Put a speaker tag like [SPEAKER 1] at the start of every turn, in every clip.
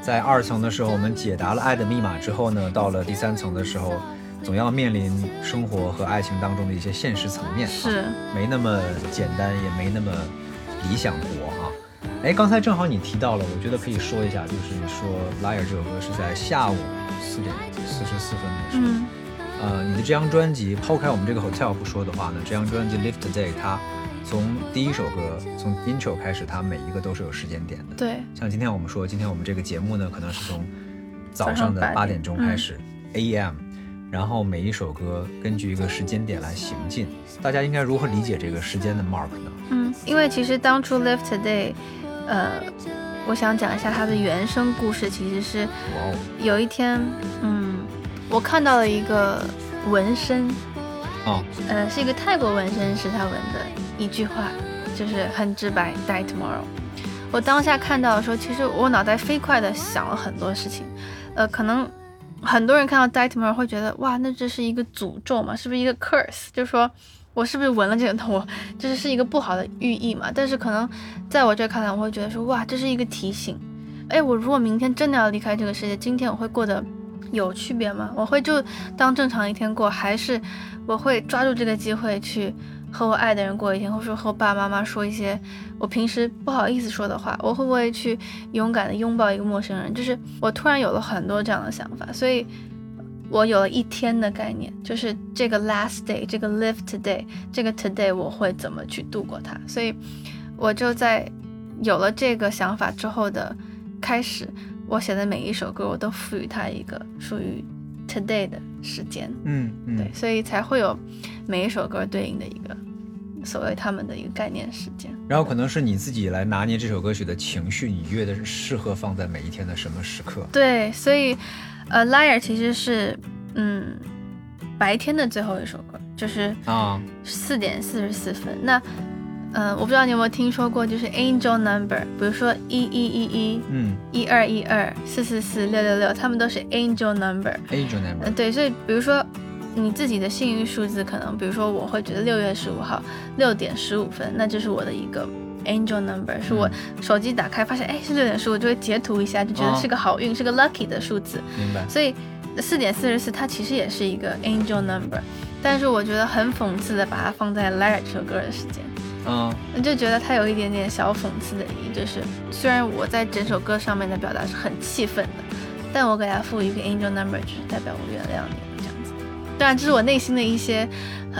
[SPEAKER 1] 在二层的时候，我们解答了爱的密码之后呢，到了第三层的时候，总要面临生活和爱情当中的一些现实层面，啊
[SPEAKER 2] 是
[SPEAKER 1] 没那么简单，也没那么理想国啊。哎，刚才正好你提到了，我觉得可以说一下，就是你说《Liar》这首歌是在下午四点四十四分的时候。
[SPEAKER 2] 嗯
[SPEAKER 1] 呃，你的这张专辑，抛开我们这个 hotel 不说的话呢，这张专辑《Live Today》它从第一首歌从 intro 开始，它每一个都是有时间点的。
[SPEAKER 2] 对
[SPEAKER 1] 像今天我们说，今天我们这个节目呢，可能是从早
[SPEAKER 2] 早
[SPEAKER 1] 上
[SPEAKER 2] 上嗯
[SPEAKER 1] 的
[SPEAKER 2] 8
[SPEAKER 1] 八点钟开始、a m 然后每一首歌根据一个时间点来行进。大家应该如何理解这个时间的 mark 呢？
[SPEAKER 2] 嗯，因为其实当初 Live Today，呃，我想讲一下它的原生故事，其实是
[SPEAKER 1] 哇哦，
[SPEAKER 2] 有一天，嗯，我看到了一个纹身，
[SPEAKER 1] 啊、
[SPEAKER 2] 呃，是一个泰国纹身师他纹的一句话，就是很直白，Die tomorrow。我当下看到的时候，其实我脑袋飞快的想了很多事情，呃，可能很多人看到 Die tomorrow 会觉得，哇，那这是一个诅咒嘛，是不是一个 curse？就是说我是不是纹了这个，我这是一个不好的寓意嘛？但是可能在我这看来，我会觉得说，哇，这是一个提醒。哎，我如果明天真的要离开这个世界，今天我会过得有区别吗？我会就当正常一天过，还是我会抓住这个机会去和我爱的人过一天，或者说和爸爸妈妈说一些我平时不好意思说的话？我会不会去勇敢的拥抱一个陌生人？就是我突然有了很多这样的想法，所以。我有了一天的概念，就是这个 last day，这个 live today，这个 today 我会怎么去度过它。所以，我就在有了这个想法之后的开始，我写的每一首歌，我都赋予它一个属于 today 的时间。
[SPEAKER 1] 嗯嗯，
[SPEAKER 2] 对，所以才会有每一首歌对应的一个所谓他们的一个概念时间。
[SPEAKER 1] 然后可能是你自己来拿捏这首歌曲的情绪，你觉得适合放在每一天的什么时刻？
[SPEAKER 2] 对，所以呃，Liar 其实是嗯白天的最后一首歌，就是
[SPEAKER 1] 啊，
[SPEAKER 2] 四点四十四分。那嗯、呃我不知道你有没有听说过，就是 Angel Number，比如说一一一
[SPEAKER 1] 嗯
[SPEAKER 2] 一、一二一二、四四四、六六六，他们都是 Angel Number。
[SPEAKER 1] ，Angel
[SPEAKER 2] 嗯，
[SPEAKER 1] Number，
[SPEAKER 2] 对，所以比如说你自己的幸运数字，可能比如说我会觉得六月十五号六点十五分，那就是我的一个 angel number，是我手机打开发现哎是六点十五，就会截图一下，就觉得
[SPEAKER 1] 哦
[SPEAKER 2] 是个好运，是个 lucky 的数字。
[SPEAKER 1] 明白。
[SPEAKER 2] 所以四点四十四它其实也是一个 angel number，但是我觉得很讽刺的把它放在 Lara 这首歌的时间。
[SPEAKER 1] 嗯
[SPEAKER 2] 我就觉得它有一点点小讽刺的意义，就是虽然我在整首歌上面的表达是很气愤的，但我给它赋予一个 angel number，就是代表我原谅你这样子。当然，这是我内心的一些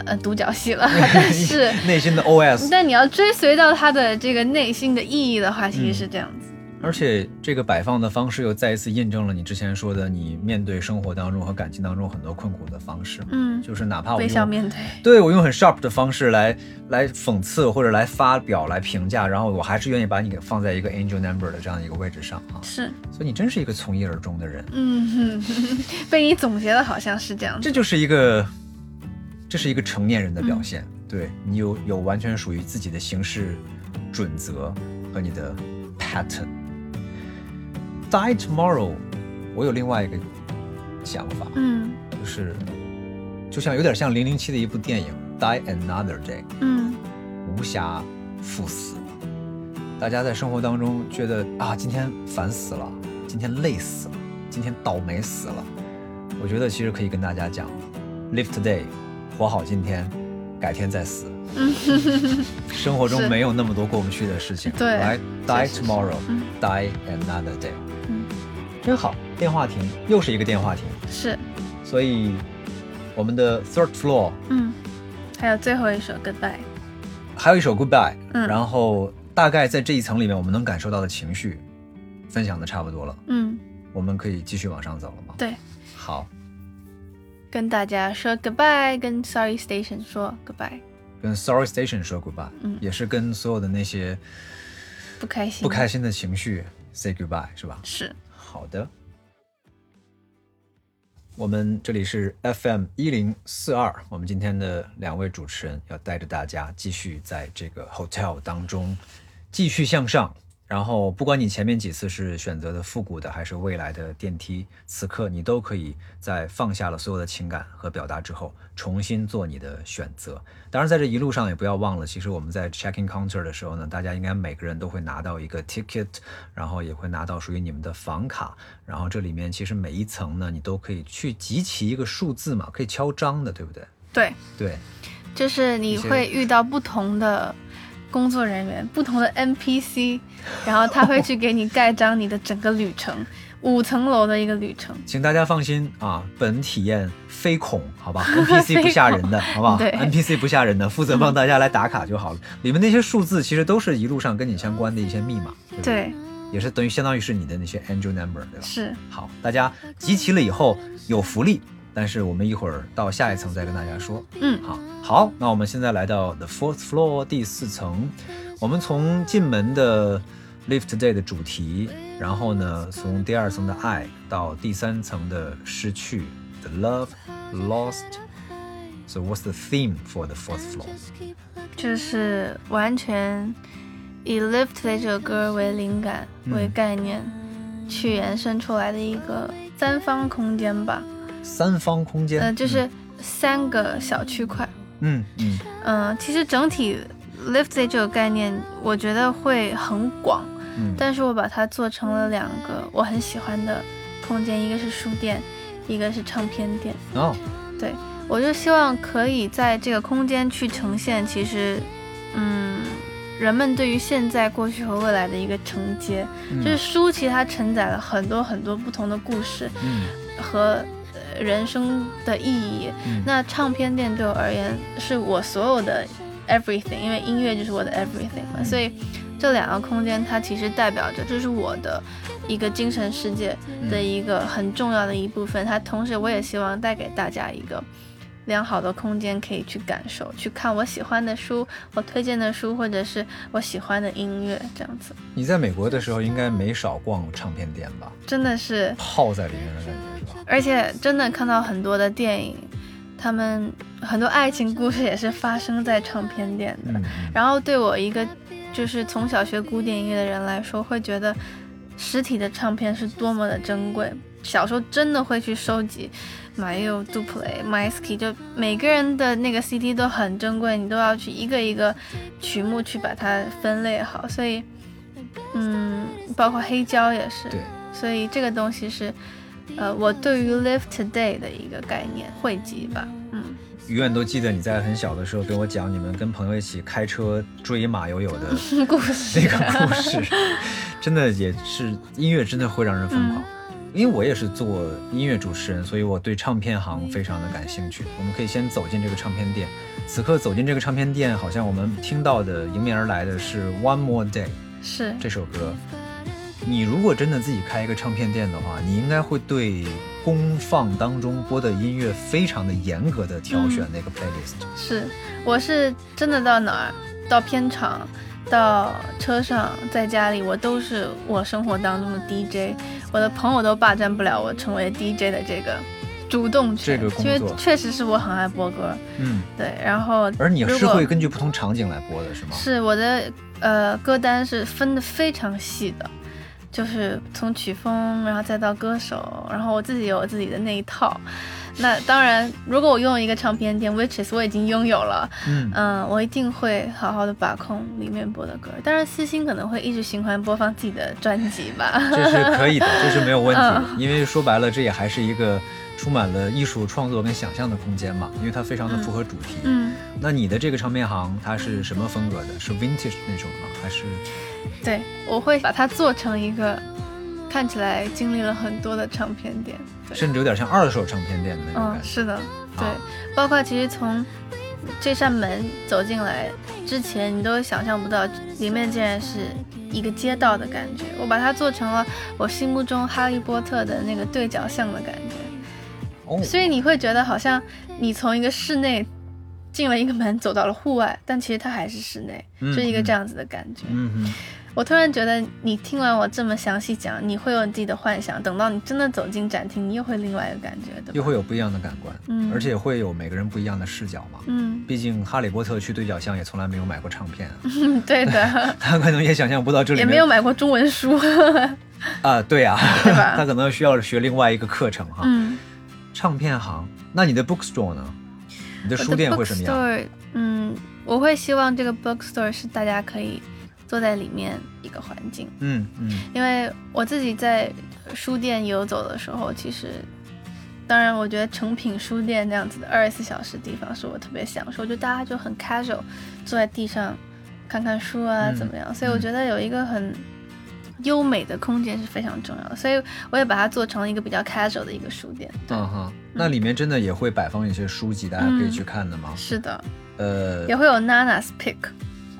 [SPEAKER 2] 呃独角戏了，但 是 嗯
[SPEAKER 1] 内心的 OS，
[SPEAKER 2] 但你要追随到它的这个内心的意义的话，其实是这样子。
[SPEAKER 1] 而且这个摆放的方式又再一次印证了你之前说的，你面对生活当中和感情当中很多困苦的方式嘛，
[SPEAKER 2] 嗯，
[SPEAKER 1] 就是哪怕我
[SPEAKER 2] 微笑
[SPEAKER 1] 用
[SPEAKER 2] 面对，
[SPEAKER 1] 对我用很 sharp 的方式来来讽刺或者来发表来评价，然后我还是愿意把你给放在一个 angel number 的这样一个位置上啊，
[SPEAKER 2] 是，
[SPEAKER 1] 所以你真是一个从一而终的人，
[SPEAKER 2] 嗯， 哼，被你总结的好像是这样子。
[SPEAKER 1] 这就是一个这是一个成年人的
[SPEAKER 2] 嗯
[SPEAKER 1] 表现，对你有有完全属于自己的行事准则和你的 pattern。Die tomorrow，我有另外一个想法，
[SPEAKER 2] 嗯
[SPEAKER 1] 就是就像有点像零零七的一部电影《Die Another Day》，
[SPEAKER 2] 嗯
[SPEAKER 1] 无暇赴死。大家在生活当中觉得啊，今天烦死了，今天累死了，今天倒霉死了。我觉得其实可以跟大家讲，live today，活好今天，改天再 死。
[SPEAKER 2] 嗯，
[SPEAKER 1] 生活中
[SPEAKER 2] 是
[SPEAKER 1] 没有那么多过不去的事情。
[SPEAKER 2] 对
[SPEAKER 1] 来
[SPEAKER 2] 确
[SPEAKER 1] ，die
[SPEAKER 2] 实是
[SPEAKER 1] tomorrow，die、
[SPEAKER 2] 嗯
[SPEAKER 1] another day。
[SPEAKER 2] 嗯，
[SPEAKER 1] 真好。电话亭又是一个电话亭，
[SPEAKER 2] 是，
[SPEAKER 1] 所以我们的 third floor
[SPEAKER 2] 嗯，还有最后一首 Goodbye，
[SPEAKER 1] 还有一首 Goodbye，、
[SPEAKER 2] 嗯
[SPEAKER 1] 然后大概在这一层里面，我们能感受到的情绪，分享的差不多了，
[SPEAKER 2] 嗯，
[SPEAKER 1] 我们可以继续往上走了吗？
[SPEAKER 2] 对。
[SPEAKER 1] 好，
[SPEAKER 2] 跟大家说 goodbye，跟 Sorry Station 说 goodbye，
[SPEAKER 1] 跟 Sorry Station 说 Goodbye，、
[SPEAKER 2] 嗯
[SPEAKER 1] 也是跟所有的那些
[SPEAKER 2] 不开心，
[SPEAKER 1] 不开心的情绪 say goodbye，是吧？
[SPEAKER 2] 是
[SPEAKER 1] 好的，我们这里是 FM 一零四二，我们今天的两位主持人要带着大家继续在这个 hotel 当中继续向上，然后不管你前面几次是选择的复古的还是未来的电梯，此刻你都可以在放下了所有的情感和表达之后，重新做你的选择。当然，在这一路上也不要忘了，其实我们在 checking counter 的时候呢，大家应该每个人都会拿到一个 ticket，然后也会拿到属于你们的房卡，然后这里面其实每一层呢，你都可以去集齐一个数字嘛，可以敲章的，对不对？
[SPEAKER 2] 对，
[SPEAKER 1] 对，
[SPEAKER 2] 就是你会遇到不同的工作人员、不同的 NPC，然后他会去给你盖章你的整个旅程， 五层楼的一个旅程。
[SPEAKER 1] 请大家放心啊，本体验非恐，好 吧？NPC 不吓人的，好不好
[SPEAKER 2] 对
[SPEAKER 1] ？NPC 不吓人的，负责 帮大家来打卡就好了。里面那些数字其实都是一路上跟你相关的一些密码，对不对？
[SPEAKER 2] 对，
[SPEAKER 1] 也是等于相当于是你的那些 angel number，对吧？
[SPEAKER 2] 是
[SPEAKER 1] 好，大家集齐了以后有福利，但是我们一会儿到下一层再跟大家说。
[SPEAKER 2] 嗯
[SPEAKER 1] 好，好，那我们现在来到 the fourth floor 第四层，我们从进门的 live today 的主题，然后呢，从第二层的爱到第三层的失去，the love lost。So what's the theme for the fourth floor？
[SPEAKER 2] 就是完全以《Live Today》这首歌为灵感、
[SPEAKER 1] 嗯
[SPEAKER 2] 为概念去延伸出来的一个三方空间吧。
[SPEAKER 1] 三方空间。
[SPEAKER 2] 呃，就是三个小区块。
[SPEAKER 1] 嗯嗯
[SPEAKER 2] 嗯、其实整体《Live Today》这个概念，我觉得会很广，
[SPEAKER 1] 嗯嗯，
[SPEAKER 2] 但是我把它做成了两个我很喜欢的空间，一个是书店，一个是唱片店。
[SPEAKER 1] 哦，
[SPEAKER 2] 我就希望可以在这个空间去呈现，其实，嗯，人们对于现在、过去和未来的一个承接。
[SPEAKER 1] 嗯
[SPEAKER 2] 就是书，其实它承载了很多很多不同的故事
[SPEAKER 1] 嗯
[SPEAKER 2] 和呃人生的意义。
[SPEAKER 1] 嗯
[SPEAKER 2] 那唱片店对我而言，是我所有的 everything，因为音乐就是我的 everything 嘛。所以这两个空间，它其实代表着这是我的一个精神世界的一个很重要的一部分。它同时，我也希望带给大家一个。良好的空间可以去感受，去看我喜欢的书，我推荐的书，或者是我喜欢的音乐，这样子
[SPEAKER 1] 你在美国的时候应该没少逛唱片店吧？
[SPEAKER 2] 真的是
[SPEAKER 1] 泡在里面的感觉是吧？
[SPEAKER 2] 而且真的看到很多的电影，他们很多爱情故事也是发生在唱片店的。
[SPEAKER 1] 嗯
[SPEAKER 2] 然后对我一个就是从小学古典音乐的人来说，会觉得实体的唱片是多么的珍贵。小时候真的会去收集，买有 Duplay、m y s k y 就每个人的那个 CD 都很珍贵，你都要去一个一个曲目去把它分类好。所以，嗯，包括黑胶也是。
[SPEAKER 1] 嗯对。
[SPEAKER 2] 所以这个东西是，呃，我对于 live today 的一个概念汇集吧，嗯，
[SPEAKER 1] 永远都记得你在很小的时候给我讲你们跟朋友一起开车追马友友的
[SPEAKER 2] 故
[SPEAKER 1] 那
[SPEAKER 2] 事，
[SPEAKER 1] 个故事，真的也是音乐真的会让人疯狂。因为我也是做音乐主持人，所以我对唱片行非常的感兴趣。我们可以先走进这个唱片店，此刻走进这个唱片店，好像我们听到的迎面而来的是《One More Day》
[SPEAKER 2] 是
[SPEAKER 1] 这首歌。你如果真的自己开一个唱片店的话，你应该会对公放当中播的音乐非常的严格的挑选那个 playlist。
[SPEAKER 2] 是，我是真的到哪儿，到片场，到车上，在家里，我都是我生活当中的 DJ，我的朋友都霸占不了我成为 DJ 的这个主动权，
[SPEAKER 1] 这个工
[SPEAKER 2] 因为
[SPEAKER 1] 作
[SPEAKER 2] 确实是我很爱播歌，
[SPEAKER 1] 嗯，
[SPEAKER 2] 对，然后
[SPEAKER 1] 而你
[SPEAKER 2] 如
[SPEAKER 1] 是
[SPEAKER 2] 果
[SPEAKER 1] 会根据不同场景来播的，是吗？
[SPEAKER 2] 是我的呃歌单是分的非常细的，就是从曲风，然后再到歌手，然后我自己有我自己的那一套。那当然，如果我拥有一个唱片店，which is 我已经拥有了，
[SPEAKER 1] 嗯，
[SPEAKER 2] 嗯，我一定会好好的把控里面播的歌。当然，私心可能会一直循环播放自己的专辑吧。
[SPEAKER 1] 这是可以的，这是没有问题的，因为说白了，这也还是一个充满了艺术创作跟想象的空间嘛，因为它非常的符合主题。
[SPEAKER 2] 嗯，
[SPEAKER 1] 那你的这个唱片行它是什么风格的？是 vintage 那种吗？还是
[SPEAKER 2] 对，我会把它做成一个看起来经历了很多的唱片店。对
[SPEAKER 1] 甚至有点像二手唱片店的那种
[SPEAKER 2] 嗯，
[SPEAKER 1] 感觉？
[SPEAKER 2] 是的，对，包括其实从这扇门走进来之前，你都想象不到里面竟然是一个街道的感觉。我把它做成了我心目中哈利波特的那个对角巷的感觉，
[SPEAKER 1] 哦，
[SPEAKER 2] 所以你会觉得好像你从一个室内进了一个门，走到了户外，但其实它还是室内，
[SPEAKER 1] 嗯
[SPEAKER 2] 是一个这样子的感觉。
[SPEAKER 1] 嗯哼，
[SPEAKER 2] 我突然觉得你听完我这么详细讲，你会有你自己的幻想，等到你真的走进展厅，你又会另外一个感觉，对吧？
[SPEAKER 1] 又会有不一样的感官，
[SPEAKER 2] 嗯
[SPEAKER 1] 而且会有每个人不一样的视角嘛。
[SPEAKER 2] 嗯，
[SPEAKER 1] 毕竟《哈利波特》去对角巷也从来没有买过唱片，啊
[SPEAKER 2] 对的，
[SPEAKER 1] 他可能也想象不到这里
[SPEAKER 2] 也
[SPEAKER 1] 面
[SPEAKER 2] 没有买过中文书，
[SPEAKER 1] 啊，对啊，
[SPEAKER 2] 对吧
[SPEAKER 1] 他可能需要学另外一个课程哈。
[SPEAKER 2] 嗯，
[SPEAKER 1] 唱片行，那你的 bookstore 呢？你的
[SPEAKER 2] 我的
[SPEAKER 1] 书店会什么样？
[SPEAKER 2] bookstore，嗯，我会希望这个 bookstore 是大家可以坐在里面一个环境，
[SPEAKER 1] 嗯嗯
[SPEAKER 2] 因为我自己在书店游走的时候，其实，当然，我觉得成品书店那样子的二十四小时地方是我特别享受，就大家就很 casual，坐在地上看看书啊，
[SPEAKER 1] 嗯
[SPEAKER 2] 怎么样？所以我觉得有一个很优美的空间是非常重要的，所以我也把它做成了一个比较 casual 的一个书店。对，
[SPEAKER 1] 嗯哈，那里面真的也会摆放一些书籍，大家可以去看的吗？
[SPEAKER 2] 是的，
[SPEAKER 1] 呃，
[SPEAKER 2] 也会有 Nana's Pick，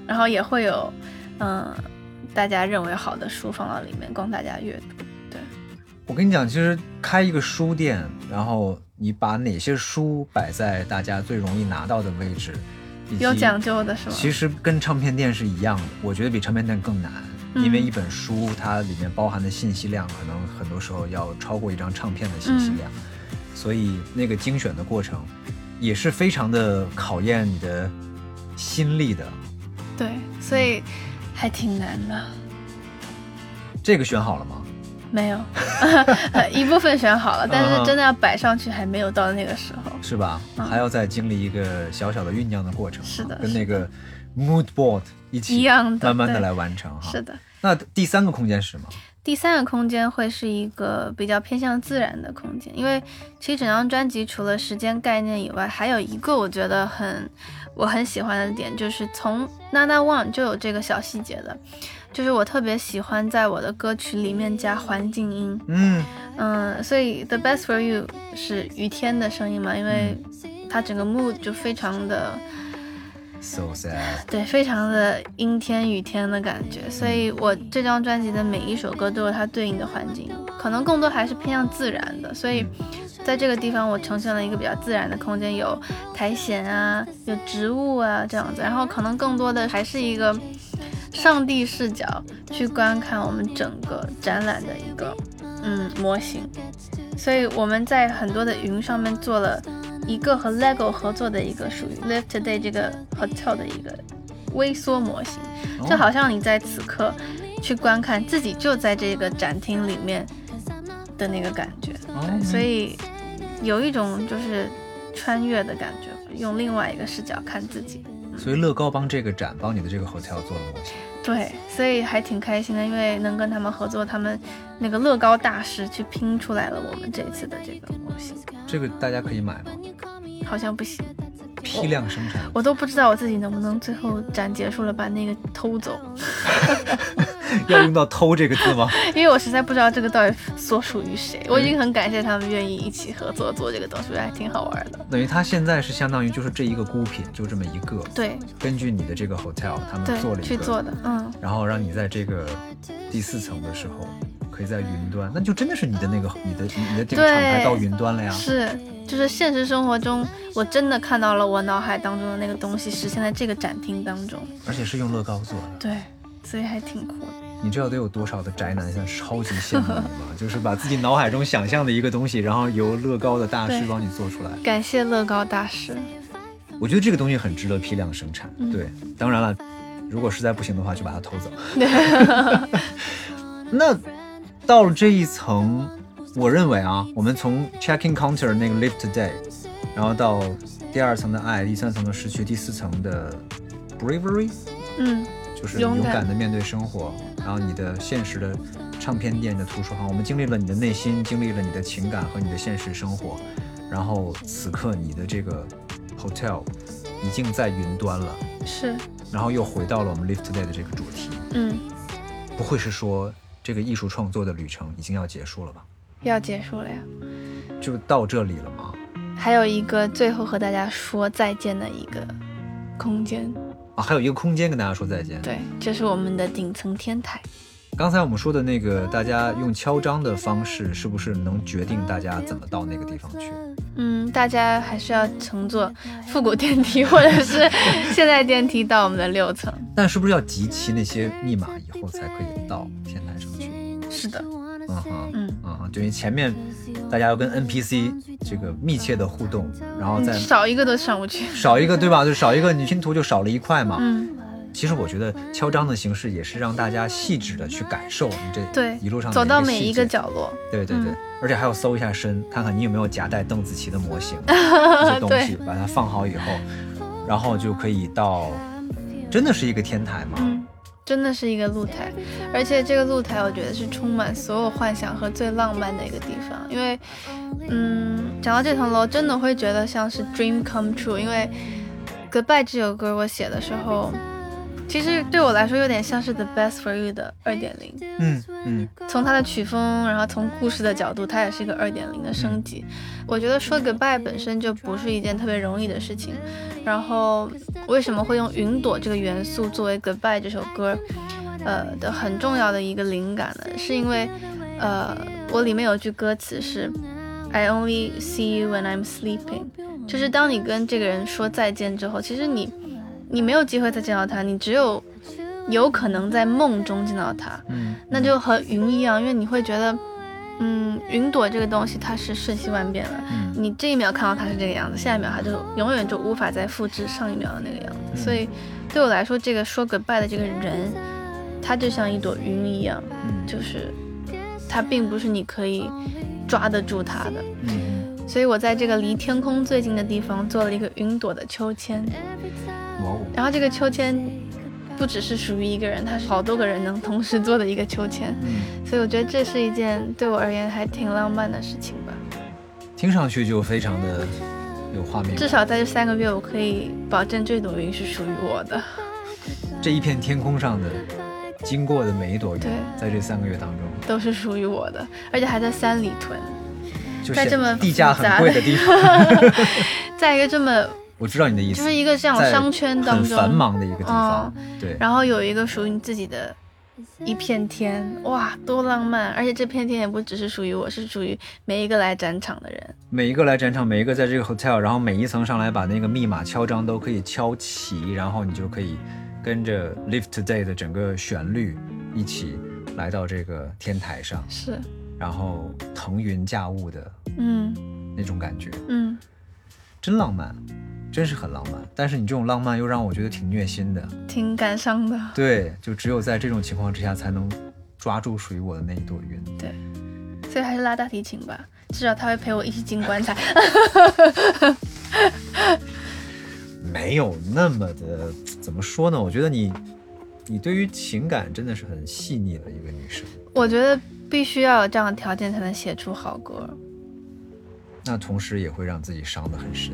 [SPEAKER 2] 然后也会有，嗯、大家认为好的书放到里面供大家阅读。
[SPEAKER 1] 我跟你讲，其实开一个书店，然后你把哪些书摆在大家最容易拿到的位置，以及
[SPEAKER 2] 有讲究的是吗？
[SPEAKER 1] 其实跟唱片店是一样的，我觉得比唱片店更难，
[SPEAKER 2] 嗯
[SPEAKER 1] 因为一本书它里面包含的信息量，可能很多时候要超过一张唱片的信息量，
[SPEAKER 2] 嗯
[SPEAKER 1] 所以那个精选的过程也是非常的考验你的心力的。
[SPEAKER 2] 对，所以还挺难的。
[SPEAKER 1] 这个选好了吗？
[SPEAKER 2] 没有，呃一部分选好了，但
[SPEAKER 1] 嗯嗯
[SPEAKER 2] 是真的要摆上去还没有到那个时候。
[SPEAKER 1] 是吧？
[SPEAKER 2] 嗯
[SPEAKER 1] 还要再经历一个小小的酝酿的过程，啊
[SPEAKER 2] 是的
[SPEAKER 1] 跟那个 mood board 一起
[SPEAKER 2] 一样的
[SPEAKER 1] 慢慢的
[SPEAKER 2] 对
[SPEAKER 1] 来完成哈。
[SPEAKER 2] 是的，
[SPEAKER 1] 那第三个空间是什么？
[SPEAKER 2] 第三个空间会是一个比较偏向自然的空间，因为其实整张专辑除了时间概念以外，还有一个我觉得很我很喜欢的点，就是从《Nana One》就有这个小细节的，就是我特别喜欢在我的歌曲里面加环境音，
[SPEAKER 1] 嗯，
[SPEAKER 2] 嗯，所以 The Best for You 是于天的声音嘛，因为它整个 mood 就非常的
[SPEAKER 1] So sad。
[SPEAKER 2] 对，非常的阴天雨天的感觉，所以我这张专辑的每一首歌都有它对应的环境，可能更多还是偏向自然的，所以在这个地方我呈现了一个比较自然的空间，有苔藓啊，有植物啊这样子，然后可能更多的还是一个上帝视角去观看我们整个展览的一个嗯模型，所以我们在很多的云上面做了。一个和 LEGO 合作的一个属于 Live Today 这个 hotel 的一个微缩模型，
[SPEAKER 1] 哦
[SPEAKER 2] 就好像你在此刻去观看自己就在这个展厅里面的那个感觉，
[SPEAKER 1] 哦，
[SPEAKER 2] 所以有一种就是穿越的感觉，用另外一个视角看自己。
[SPEAKER 1] 所以乐高帮这个展帮你的这个 hotel 做了模型。
[SPEAKER 2] 对，所以还挺开心的，因为能跟他们合作，他们那个乐高大师去拼出来了我们这次的这个模型，
[SPEAKER 1] 这个大家可以买吗？
[SPEAKER 2] 好像不行。
[SPEAKER 1] 批量生产，
[SPEAKER 2] 我都不知道我自己能不能最后展结束了把那个偷走，
[SPEAKER 1] 要用到“偷”这个字吗？
[SPEAKER 2] 因为我实在不知道这个到底所属于谁。我已
[SPEAKER 1] 嗯
[SPEAKER 2] 经很感谢他们愿意一起合作做这个东西，我觉得还挺好玩的。
[SPEAKER 1] 等于它现在是相当于就是这一个孤品，就这么一个。
[SPEAKER 2] 对
[SPEAKER 1] 根据你的这个 hotel，他们做了
[SPEAKER 2] 对，
[SPEAKER 1] 一
[SPEAKER 2] 去做
[SPEAKER 1] 个，
[SPEAKER 2] 的，嗯，
[SPEAKER 1] 然后让你在这个第四层的时候，可以在云端，那就真的是你的那个你的你你的这个
[SPEAKER 2] 对
[SPEAKER 1] 厂牌到云端了呀。
[SPEAKER 2] 是，就是现实生活中我真的看到了我脑海当中的那个东西实现在这个展厅当中，
[SPEAKER 1] 而且是用乐高做的，
[SPEAKER 2] 对，所以还挺酷的。
[SPEAKER 1] 你知道得有多少的宅男现在超级羡慕你吗？就是把自己脑海中想象的一个东西，然后由乐高的大师
[SPEAKER 2] 对
[SPEAKER 1] 帮你做出来。
[SPEAKER 2] 感谢乐高大师，
[SPEAKER 1] 我觉得这个东西很值得批量生产。
[SPEAKER 2] 嗯
[SPEAKER 1] 对，当然了，如果实在不行的话，就把它偷走。那到了这一层，我认为啊，我们从 check-in counter 那个 live today，然后到第二层的爱，第三层的失去，第四层的 bravery，
[SPEAKER 2] 嗯，
[SPEAKER 1] 就是
[SPEAKER 2] 勇
[SPEAKER 1] 勇
[SPEAKER 2] 敢
[SPEAKER 1] 敢的面对生活，然后你的现实的唱片店的图书行，我们经历了你的内心，经历了你的情感和你的现实生活，然后此刻你的这个 hotel 已经在云端了，
[SPEAKER 2] 是，
[SPEAKER 1] 然后又回到了我们 live today 的这个主题，
[SPEAKER 2] 嗯，
[SPEAKER 1] 不会是说这个艺术创作的旅程已经要结束了吧？
[SPEAKER 2] 要结束了呀。
[SPEAKER 1] 就到这里了吗？
[SPEAKER 2] 还有一个最后和大家说再见的一个空间，
[SPEAKER 1] 啊，还有一个空间跟大家说再见。
[SPEAKER 2] 对，这是我们的顶层天台。
[SPEAKER 1] 刚才我们说的那个，大家用敲章的方式，是不是能决定大家怎么到那个地方去？
[SPEAKER 2] 嗯，大家还是要乘坐复古电梯或者 是现代电梯到我们的六层。
[SPEAKER 1] 但是不是要集齐那些密码以后才可以到天台上去？
[SPEAKER 2] 是的，
[SPEAKER 1] 嗯哼，
[SPEAKER 2] 嗯，
[SPEAKER 1] 嗯哼，等于前面大家要跟 NPC 这个密切的互动，然后再
[SPEAKER 2] 少一个都上不去。
[SPEAKER 1] 少一个对吧？就少一个，你拼图就少了一块嘛。
[SPEAKER 2] 嗯，
[SPEAKER 1] 其实我觉得敲章的形式也是让大家细致的去感受你这
[SPEAKER 2] 对
[SPEAKER 1] 一路上的
[SPEAKER 2] 走到
[SPEAKER 1] 每
[SPEAKER 2] 每
[SPEAKER 1] 一
[SPEAKER 2] 一
[SPEAKER 1] 个
[SPEAKER 2] 个
[SPEAKER 1] 细节，
[SPEAKER 2] 角落。
[SPEAKER 1] 对对对，
[SPEAKER 2] 嗯
[SPEAKER 1] 而且还要搜一下身，看看你有没有夹带邓紫棋的模 型这些东西，把它放好以后，然后就可以到，真的是一个天台嘛？
[SPEAKER 2] 嗯，真的是一个露台，而且这个露台我觉得是充满所有幻想和最浪漫的一个地方，因为，嗯，讲到这层楼，真的会觉得像是 dream come true，因为《Goodbye 挚友》歌我写的时候，其实对我来说有点像是 The Best for You 的二点零，
[SPEAKER 1] 嗯嗯
[SPEAKER 2] 从它的曲风，然后从故事的角度，它也是一个二点零的升级。我觉得说 goodbye 本身就不是一件特别容易的事情。然后为什么会用云朵这个元素作为 goodbye 这首歌，呃的很重要的一个灵感呢？是因为，呃，我里面有句歌词是 I only see you when I'm sleeping，就是当你跟这个人说再见之后，其实你你没有机会再见到他，你只有有可能在梦中见到他。
[SPEAKER 1] 嗯，
[SPEAKER 2] 那就和云一样，因为你会觉得，嗯，云朵这个东西它是瞬息万变的，
[SPEAKER 1] 嗯
[SPEAKER 2] 你这一秒看到它是这个样子，下一秒它就永远就无法再复制上一秒的那个样
[SPEAKER 1] 嗯
[SPEAKER 2] 子。所以对我来说，这个说 goodbye 的这个人，他就像一朵云一样，
[SPEAKER 1] 嗯
[SPEAKER 2] 就是他并不是你可以抓得住他的。
[SPEAKER 1] 嗯，
[SPEAKER 2] 所以我在这个离天空最近的地方做了一个云朵的秋千，
[SPEAKER 1] 哇哦，
[SPEAKER 2] 然后这个秋千不只是属于一个人，它是好多个人能同时做的一个秋千。
[SPEAKER 1] 嗯，
[SPEAKER 2] 所以我觉得这是一件对我而言还挺浪漫的事情吧。
[SPEAKER 1] 听上去就非常的有画面感，
[SPEAKER 2] 至少在这三个月，我可以保证这朵云是属于我的。
[SPEAKER 1] 这一片天空上的经过的每一朵云
[SPEAKER 2] 对，
[SPEAKER 1] 在这三个月当中，
[SPEAKER 2] 都是属于我的，而且还在山里屯，
[SPEAKER 1] 就
[SPEAKER 2] 在
[SPEAKER 1] 是
[SPEAKER 2] 这么
[SPEAKER 1] 地价
[SPEAKER 2] 复杂
[SPEAKER 1] 很贵的地方，
[SPEAKER 2] 在一个这么
[SPEAKER 1] 我知道你的意思，
[SPEAKER 2] 就是一个这样
[SPEAKER 1] 在
[SPEAKER 2] 商圈当
[SPEAKER 1] 很
[SPEAKER 2] 中哦
[SPEAKER 1] 繁忙的一个地方，对，
[SPEAKER 2] 然后有一个属于你自己的一片天，哇，多浪漫！而且这片天也不只是属于我，是属于每一个来展场的人。
[SPEAKER 1] 每一个来展场，每一个在这个 hotel，然后每一层上来把那个密码敲章都可以敲齐，然后你就可以跟着 Live Today 的整个旋律一起来到这个天台上，
[SPEAKER 2] 是，
[SPEAKER 1] 然后腾云驾雾的
[SPEAKER 2] 嗯
[SPEAKER 1] 那种感觉，
[SPEAKER 2] 嗯，
[SPEAKER 1] 真浪漫，真是很浪漫。但是你这种浪漫又让我觉得挺虐心的，
[SPEAKER 2] 挺感伤的。
[SPEAKER 1] 对，就只有在这种情况之下才能抓住属于我的那一朵云。
[SPEAKER 2] 所以还是拉大提琴吧，至少他会陪我一起进棺材。
[SPEAKER 1] 没有那么的怎么说呢？我觉得你，你对于情感真的是很细腻的一个女生。
[SPEAKER 2] 我觉得必须要有这样的条件才能写出好歌。
[SPEAKER 1] 那同时也会让自己伤得很深。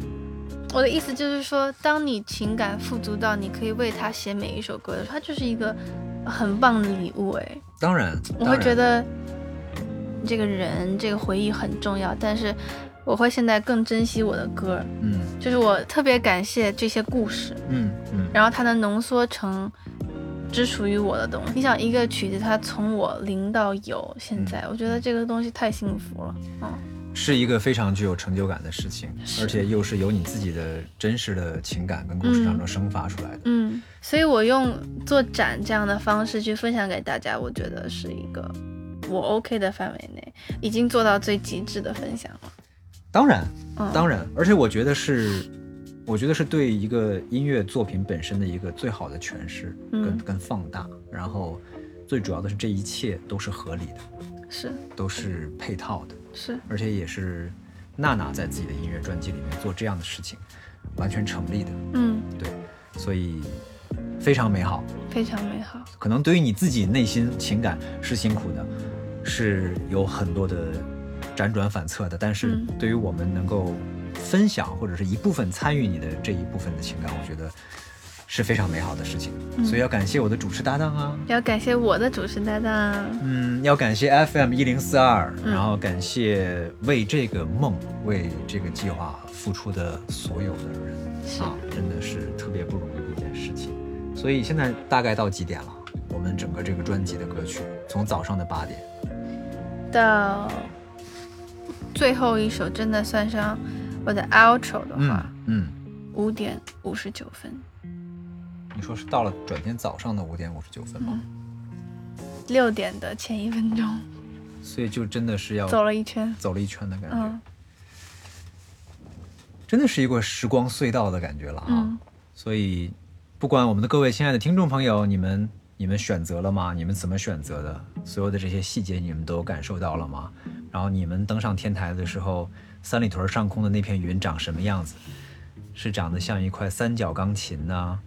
[SPEAKER 2] 我的意思就是说，当你情感富足到你可以为他写每一首歌的时候，它就是一个很棒的礼物。哎，
[SPEAKER 1] 当然，
[SPEAKER 2] 我
[SPEAKER 1] 当
[SPEAKER 2] 会
[SPEAKER 1] 然
[SPEAKER 2] 觉得这个人、这个回忆很重要，但是我会现在更珍惜我的歌，
[SPEAKER 1] 嗯
[SPEAKER 2] 就是我特别感谢这些故事，
[SPEAKER 1] 嗯嗯
[SPEAKER 2] 然后它能浓缩成只属于我的东西。你想，一个曲子它从我零到有，现
[SPEAKER 1] 嗯
[SPEAKER 2] 在我觉得这个东西太幸福了。嗯。
[SPEAKER 1] 是一个非常具有成就感的事情，
[SPEAKER 2] 是
[SPEAKER 1] 而且又是由你自己的真实的情感跟故事当中生发出来的。
[SPEAKER 2] 嗯，所以我用做展这样的方式去分享给大家，我觉得是一个我 OK 的范围内，已经做到最极致的分享了。
[SPEAKER 1] 当然，
[SPEAKER 2] 嗯，
[SPEAKER 1] 当然，而且我觉得是，我觉得是对一个音乐作品本身的一个最好的诠释跟、
[SPEAKER 2] 嗯
[SPEAKER 1] 跟放大。然后，最主要的是这一切都是合理的，
[SPEAKER 2] 是
[SPEAKER 1] 都是配套的。
[SPEAKER 2] 是，
[SPEAKER 1] 而且也是娜娜在自己的音乐专辑里面做这样的事情，完全成立的，
[SPEAKER 2] 嗯，
[SPEAKER 1] 所以非常美好。
[SPEAKER 2] 非常美好。
[SPEAKER 1] 可能对于你自己内心情感是辛苦的，是有很多的辗转反侧的，但是
[SPEAKER 2] 嗯
[SPEAKER 1] 对于我们能够分享或者是一部分参与你的这一部分的情感，我觉得是非常美好的事情。
[SPEAKER 2] 嗯
[SPEAKER 1] 所以要感谢我的主持搭档啊，
[SPEAKER 2] 要感谢我的主持搭档，
[SPEAKER 1] 嗯，要感谢 FM 一零四二，
[SPEAKER 2] 嗯
[SPEAKER 1] 然后感谢为这个梦、为这个计划付出的所有的人
[SPEAKER 2] 是
[SPEAKER 1] 啊，真的是特别不容易的一件事情。所以现在大概到几点了？我们整个这个专辑的歌曲，从早上的八点。
[SPEAKER 2] 到最后一首，真的算上我的 outro 的话，
[SPEAKER 1] 嗯，
[SPEAKER 2] 五、点五十九分，
[SPEAKER 1] 你说是到了转天早上的五点五十九分吗？
[SPEAKER 2] 六点的前一分钟
[SPEAKER 1] 所以就真的是要
[SPEAKER 2] 走了一圈，
[SPEAKER 1] 走了一圈的感觉，
[SPEAKER 2] 嗯
[SPEAKER 1] 真的是一个时光隧道的感觉了啊。
[SPEAKER 2] 嗯，
[SPEAKER 1] 所以，不管我们的各位亲爱的听众朋友，你们你们选择了吗？你们怎么选择的？所有的这些细节你们都有感受到了吗？然后你们登上天台的时候，三里屯上空的那片云长什么样子？是长得像一块三角钢琴呢、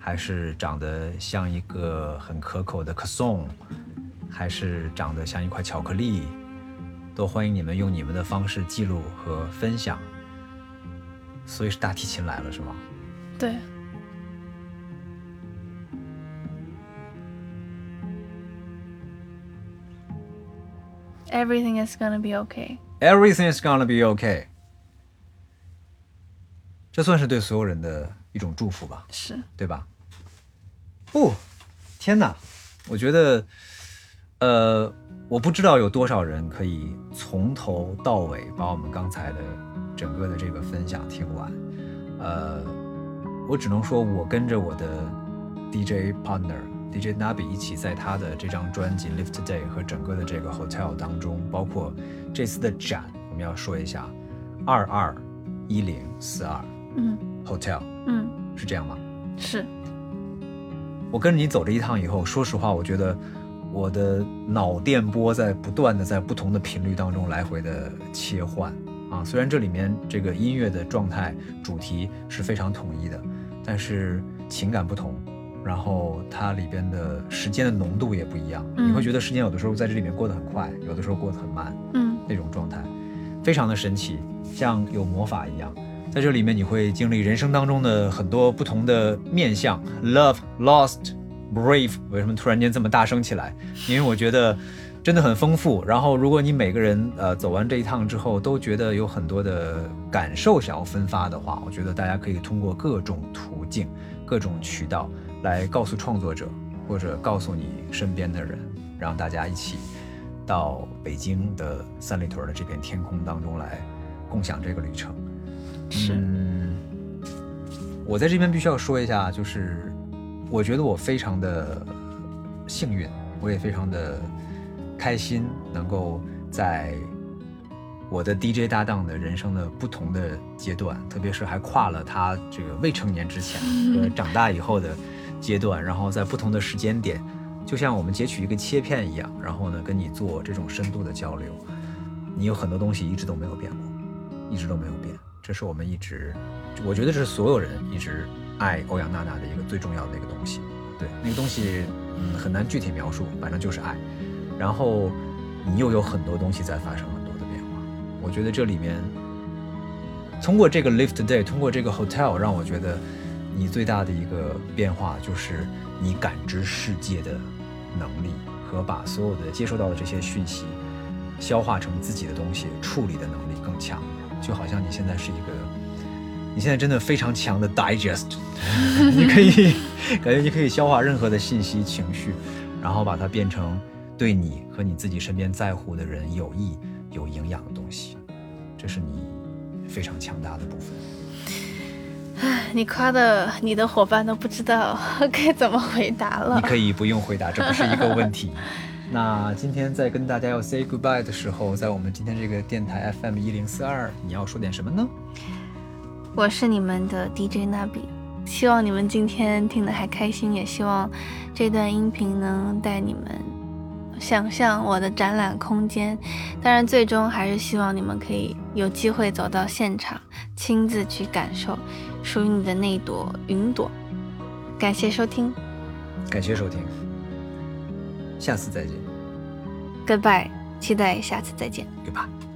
[SPEAKER 1] 还是长得像一个很可口的可颂？还是长得像一块巧克力？都欢迎你们用你们的方式记录和分享。所以是大提琴来了，是吗？
[SPEAKER 2] 对，Everything is gonna be okay。
[SPEAKER 1] Everything is gonna be okay。这算是对所有人的一种祝福吧，
[SPEAKER 2] 是，
[SPEAKER 1] 对吧？哦，天哪！我觉得，呃，我不知道有多少人可以从头到尾把我们刚才的整个的这个分享听完。呃，我只能说，我跟着我的 DJ partner DJ Nabi 一起，在他的这张专辑《Live Today》和整个的这个 Hotel 当中，包括这次的展，我们要说一下二二一零四二
[SPEAKER 2] 嗯
[SPEAKER 1] Hotel
[SPEAKER 2] 嗯，
[SPEAKER 1] 是这样吗？
[SPEAKER 2] 是，
[SPEAKER 1] 我跟着你走了一趟以后，说实话，我觉得我的脑电波在不断的在不同的频率当中来回的切换啊。虽然这里面这个音乐的状态主题是非常统一的，但是情感不同，然后它里边的时间的浓度也不一样。
[SPEAKER 2] 嗯
[SPEAKER 1] 你会觉得时间有的时候在这里面过得很快，有的时候过得很慢。
[SPEAKER 2] 嗯
[SPEAKER 1] 那种状态，非常的神奇，像有魔法一样。在这里面，你会经历人生当中的很多不同的面向，love、lost、brave。为什么突然间这么大声起来？因为我觉得真的很丰富。然后，如果你每个人呃走完这一趟之后，都觉得有很多的感受想要分发的话，我觉得大家可以通过各种途径、各种渠道来告诉创作者，或者告诉你身边的人，让大家一起到北京的三里屯的这片天空当中来共享这个旅程。
[SPEAKER 2] 是，
[SPEAKER 1] 嗯，我在这边必须要说一下，就是我觉得我非常的幸运，我也非常的开心，能够在我的 DJ 搭档的人生的不同的阶段，特别是还跨了他这个未成年之前和长大以后的阶段，然后在不同的时间点，就像我们截取一个切片一样，然后呢跟你做这种深度的交流，你有很多东西一直都没有变过。一直都没有变。这是我们一直，我觉得这是所有人一直爱欧阳娜娜的一个最重要的一个东西。对，那个东西，嗯，很难具体描述，反正就是爱。然后你又有很多东西在发生很多的变化。我觉得这里面，通过这个 Live Today，通过这个 Hotel，让我觉得你最大的一个变化就是你感知世界的能力和把所有的接收到的这些讯息消化成自己的东西，处理的能力更强。就好像你现在是一个，你现在真的非常强的 digest，你 可以感觉你可以消化任何的信息、情绪，然后把它变成对你和你自己身边在乎的人有益、有营养的东西。这是你非常强大的部分。
[SPEAKER 2] 你夸的你的伙伴都不知道 该怎么回答了
[SPEAKER 1] 你。可以不用回答，这不是一个问题。那今天在跟大家要 say goodbye 的时候，在我们今天这个电台 FM 一零四二，你要说点什么呢？
[SPEAKER 2] 我是你们的 DJ 娜比，希望你们今天听得还开心，也希望这段音频能带你们想象我的展览空间。当然，最终还是希望你们可以有机会走到现场，亲自去感受属于你的那朵云朵。感谢收听
[SPEAKER 1] 感谢收听，下次再见
[SPEAKER 2] ，Goodbye，期待下次再见。
[SPEAKER 1] ，goodbye。